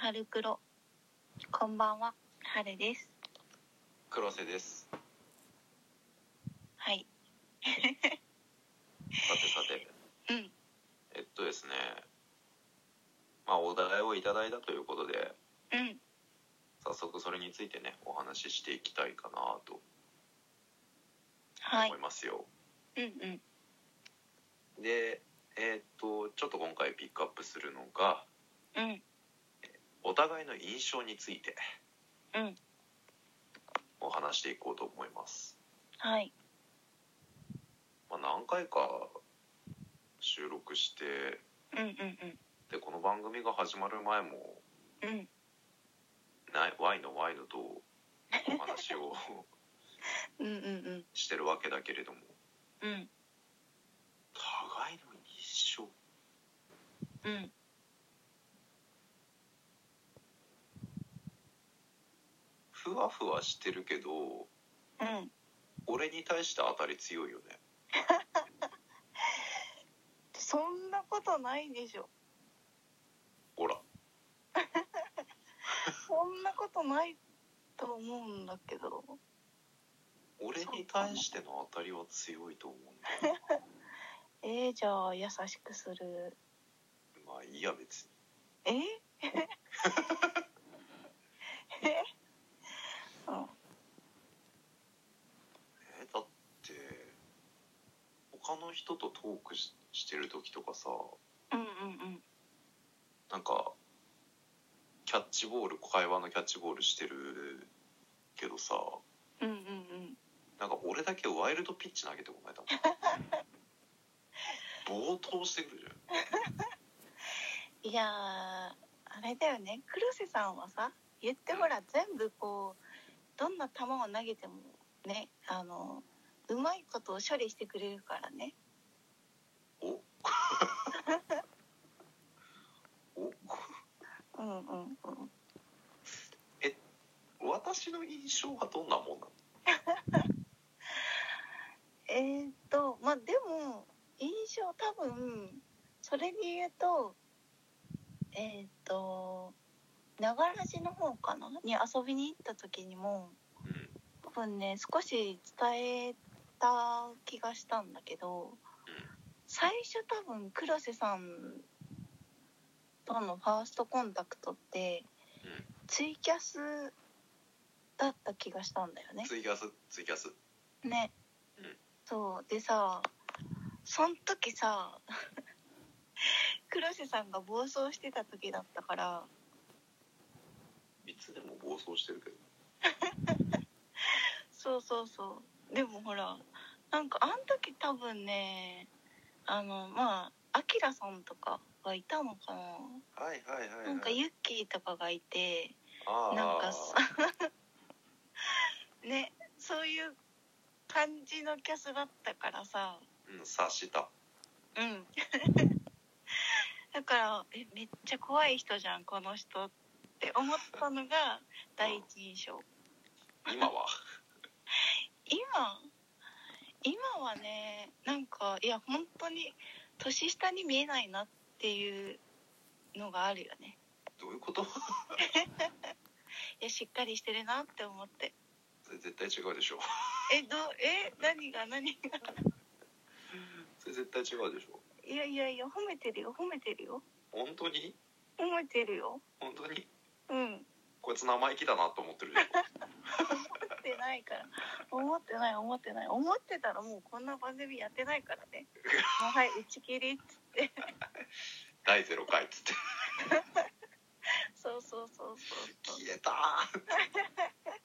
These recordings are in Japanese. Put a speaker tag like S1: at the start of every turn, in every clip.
S1: 春黒こんばんは春です
S2: 黒瀬です
S1: はい
S2: さてさて
S1: うん
S2: えっとですねまあお題をいただいたということで
S1: うん
S2: 早速それについてねお話ししていきたいかなと
S1: はい
S2: 思いますよ、
S1: うんうん
S2: でえっとちょっと今回ピックアップするのが
S1: うん
S2: お互いの印象について
S1: うん
S2: お話していこうと思います、
S1: はい
S2: まあ、何回か収録して
S1: うんうん
S2: でこの番組が始まる前も
S1: うんうん
S2: ないワイのワイのとお 話を
S1: うんうん
S2: してるわけだけれども
S1: うんうん
S2: 互いの印象
S1: うん
S2: ふわふわしてるけど
S1: うん
S2: 俺に対して当たり強いよね
S1: そんなことないでしょ
S2: ほら
S1: そんなことないと思うんだけど
S2: 俺に対しての当たりは強いと思うんだよ
S1: えー、じゃあ優しくする
S2: まあいいや別に
S1: ええうん
S2: えだって他の人とトークししてる時とかさ
S1: うんうん
S2: なんかキャッチボール会話のキャッチボールしてるけどさ
S1: うんうんうん
S2: なんか俺だけワイルドピッチ投げてこないだもん暴投してくるじゃん
S1: いやーあれだよね黒瀬さんはさ言ってほら全部こうどんな球を投げてもねあのうまいことを処理してくれるからね
S2: おお
S1: うんうんうん
S2: 私の印象はどんなもんなの
S1: えー、っとまあでも印象多分それで言うとえー、っと長良市の方かなに遊びに行った時にも
S2: うん
S1: 多分ね少し伝えた気がしたんだけど最初多分黒瀬さんとのファーストコンタクトって
S2: うん
S1: ツイキャスだった気がしたんだよね。
S2: ツイキャスツイキャス
S1: ね、
S2: うん
S1: そうでさそん時さ 黒瀬さんが暴走してた時だったから
S2: いつでも暴走してるけど
S1: そうそうそうでもほらなんかあん時多分ねあのまあアキラさんとかがいたのかな
S2: はいはいはい、はい、
S1: なんかユッキーとかがいて
S2: あー
S1: なんかさ ねそういう感じのキャスだったからさ
S2: うん察した
S1: うんだからえめっちゃ怖い人じゃんこの人って思ったのが第一印象
S2: 今は
S1: 今今はねなんかいや本当に年下に見えないなっていうのがあるよね
S2: どういうこと
S1: いやしっかりしてるなって思って
S2: それ絶対違うでしょ
S1: えどうえ何が何が
S2: それ絶対違うでしょ
S1: いやいやいや褒めてるよ褒めてるよ
S2: 本当に
S1: 褒めてるよ
S2: 本当に
S1: うん思
S2: こいつ生意気だなと思って るでしょ
S1: ってないから思ってない思ってない思ってたらもうこんな番組やってないからねもうはい打ち切りっつって
S2: 第0回っつって
S1: そうそうそうそうそう
S2: 消えたー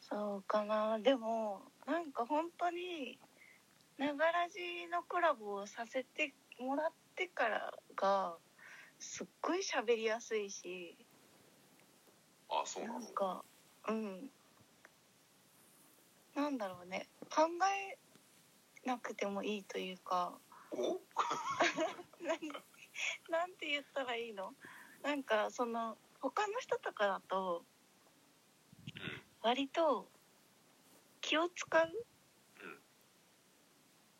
S1: そうかなでもなんか本当に長らじのコラボをさせてもらってからがすっごい喋りやすいし
S2: あそうな
S1: な
S2: の
S1: んかうんなんだろうね考えなくてもいいというか
S2: お
S1: なんなんて言ったらいいのなんかその他の人とかだと割と気を使う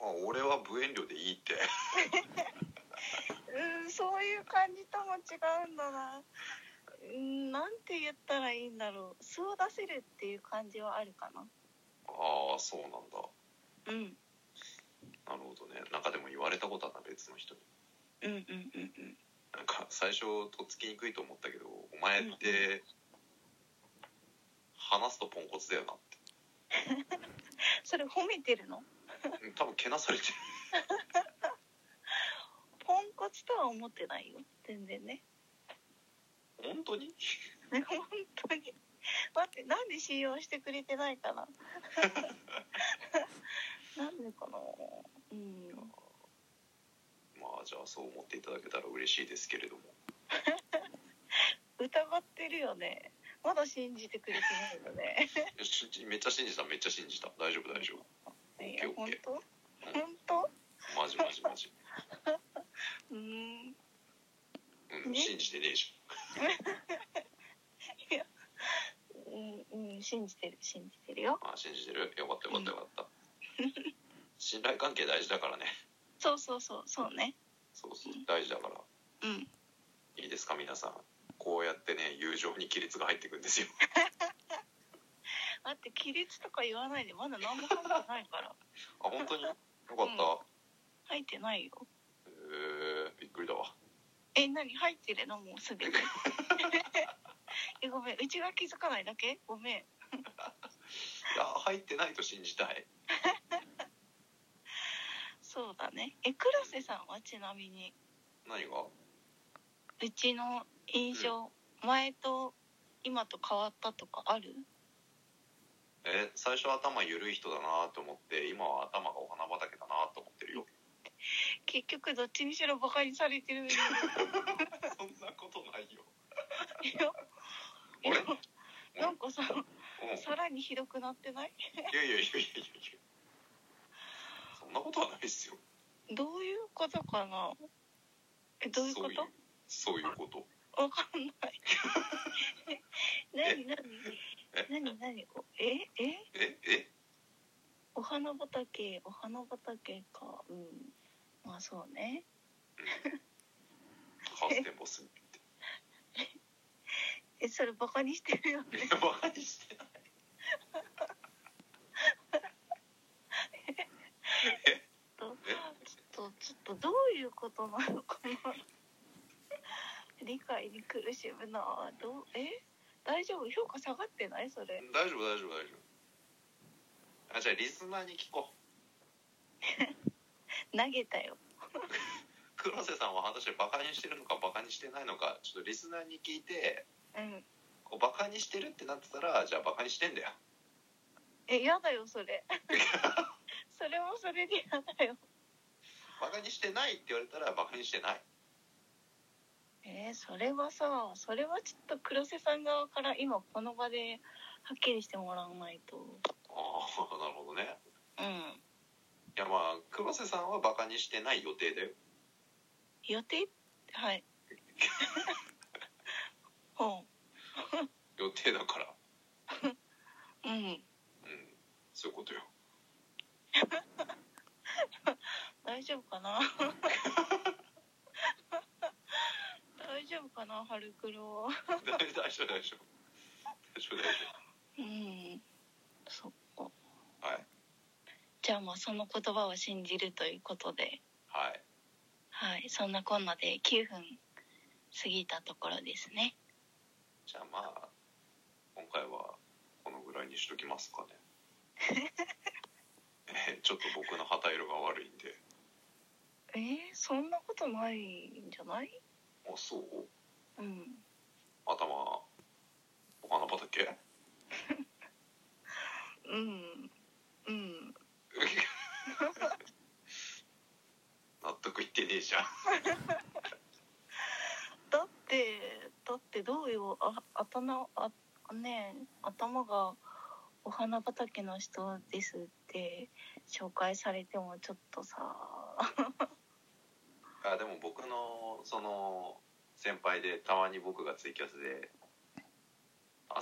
S2: あ俺は無遠慮でいいって
S1: うーんそういういう感じとも違うんだなうんなんて言ったらいいんだろう素を出せるっていう感じはあるかな
S2: ああそうなんだ
S1: うん
S2: なるほどねなんかでも言われたことあった別の人に
S1: うんうんうんうん
S2: なんか最初とっつきにくいと思ったけどお前って話すとポンコツだよなって
S1: それ褒めてるの
S2: うん多分けなされてる
S1: ポンコツとは思ってないよ全然ね
S2: 本当に
S1: ね本当に待ってなんで信用してくれてないかな なんでかなうん
S2: まあじゃあそう思っていただけたら嬉しいですけれども
S1: 疑ってるよねまだ信じてくれてないよね
S2: いや信じめっちゃ信じためっちゃ信じた大丈夫大丈夫
S1: いや
S2: OK
S1: 本当本当
S2: マジマジマジ
S1: うーん
S2: うん
S1: ね
S2: 信じてねえじ
S1: うんうん信じてる信じてるよ
S2: ゃんあ信じてるよかったよかったよかった、信頼関係大事だからね
S1: そうそうそうそうね
S2: そうそう大事だから
S1: うん
S2: いいですか皆さんこうやってね友情に亀裂が入ってくんですよ
S1: 待って亀裂とか言わないでまだ何も入ってないから
S2: あ本当によかった、
S1: 入ってないよ
S2: えー、びっくりだわ
S1: え何入ってるのもうすでに えごめんうちが気づかないだけごめん
S2: いや入ってないと信じたい
S1: そうだねえ黒瀬さんはちなみに
S2: 何が
S1: うちの印象、前と今と変わったとかある
S2: え最初は頭緩い人だなと思って今は頭がお花畑だなと思ってるよ
S1: 結局どっちにしろバカにされて るい
S2: そんなことないよ
S1: や
S2: あれ
S1: いや なんかさ
S2: うん
S1: さらにひどくなってない
S2: いやいやいやいやいやそんなことはないですよ
S1: どういうことかなえどういうこ
S2: そういうそういうこと
S1: とわかんない 何何
S2: え
S1: 何何おええ
S2: ええ
S1: お花畑お花畑かうんまあそうね
S2: ハウステンボスって
S1: えそれバカにしてるよね
S2: バカにしてない
S1: ちょっ
S2: え
S1: とちょっとどういうことなのかな理解に苦しむなどうえ大丈夫評価下がってないそれ
S2: 大丈夫大丈夫大丈夫あじゃあリスナーに聞こう
S1: 投げたよ
S2: 黒瀬さんは果たしてバカにしてるのかバカにしてないのかちょっとリスナーに聞いて
S1: うん
S2: こうバカにしてるってなってたらじゃあバカにしてんだよ
S1: えやだよそれ それもそれでやだよ
S2: バカにしてないって言われたらバカにしてない
S1: えーそれはさそれはちょっと黒瀬さん側から今この場ではっきりしてもらわないと
S2: ああなるほどね
S1: うん
S2: いやまあ黒瀬さんはバカにしてない予定だよ
S1: 予定はい。 ほ
S2: 予定だから
S1: う。うん。
S2: うんそういうことよ
S1: 大丈夫かな。大丈夫かな、春黒。
S2: 大丈夫大丈夫大丈夫大丈夫大丈
S1: うん。そっか。
S2: 夫はい
S1: じゃあ、まあ、その言葉を信じるということで。
S2: はい
S1: はい、そんなこんなで9分過ぎたところですね。
S2: じゃあまあ今回はこのぐらいにしときますかねえちょっと僕の旗色が悪いんで
S1: えー、そんなことないんじゃない。
S2: あそう
S1: うん。
S2: 頭お花畑
S1: うん。うん。
S2: 納得いってねえじゃん
S1: だってだってどうよあ頭あねえ頭がお花畑の人ですって紹介されてもちょっとさ
S2: あでも僕のその先輩でたまに僕がツイキャスで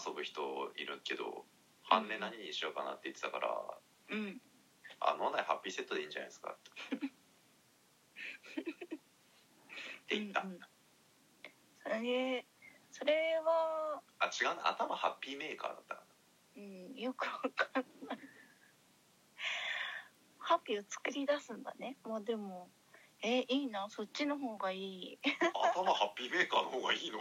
S2: 遊ぶ人いるけど半音何にしようかなって言ってたから
S1: うん
S2: 「あ脳内ハッピーセットでいいんじゃないですか」って言った
S1: うんえーそれは、
S2: あ違うな頭ハッピーメーカーだったか
S1: うん、よくわかんないハッピーを作り出すんだねまあでもえーいいなそっちの方がいい
S2: な頭ハッピーメーカーの方がいいの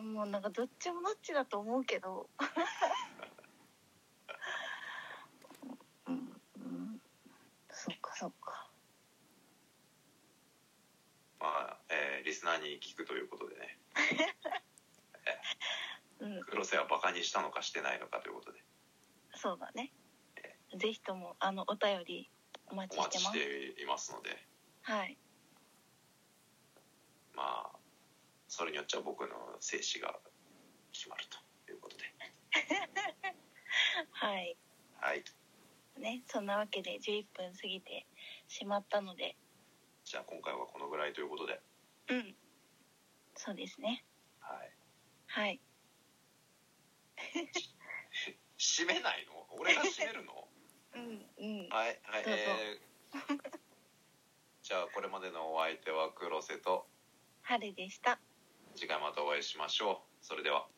S1: もうなんかどっちもどっちだと思うけどうん、うん、そっかそっか
S2: まあ、えーリスナーに聞くということでね
S1: うん
S2: 黒瀬はバカにしたのかしてないのかということで
S1: そうだねぜひともあのお便りお待
S2: お
S1: ちして
S2: 待ち
S1: ま
S2: し
S1: す
S2: ていますので
S1: はい
S2: まあそれによっちゃ僕の生死が決まるということで
S1: はい
S2: はい
S1: ねそんなわけで11分過ぎてしまったので
S2: じゃあ今回はこのぐらいということで
S1: うんそうですね
S2: はい
S1: はい
S2: 締めないの俺が締め るの
S1: うんうん
S2: はいはい
S1: どうぞ
S2: えーじゃあこれまでのお相手は黒瀬と
S1: 春でした。
S2: 次回またお会いしましょうそれでは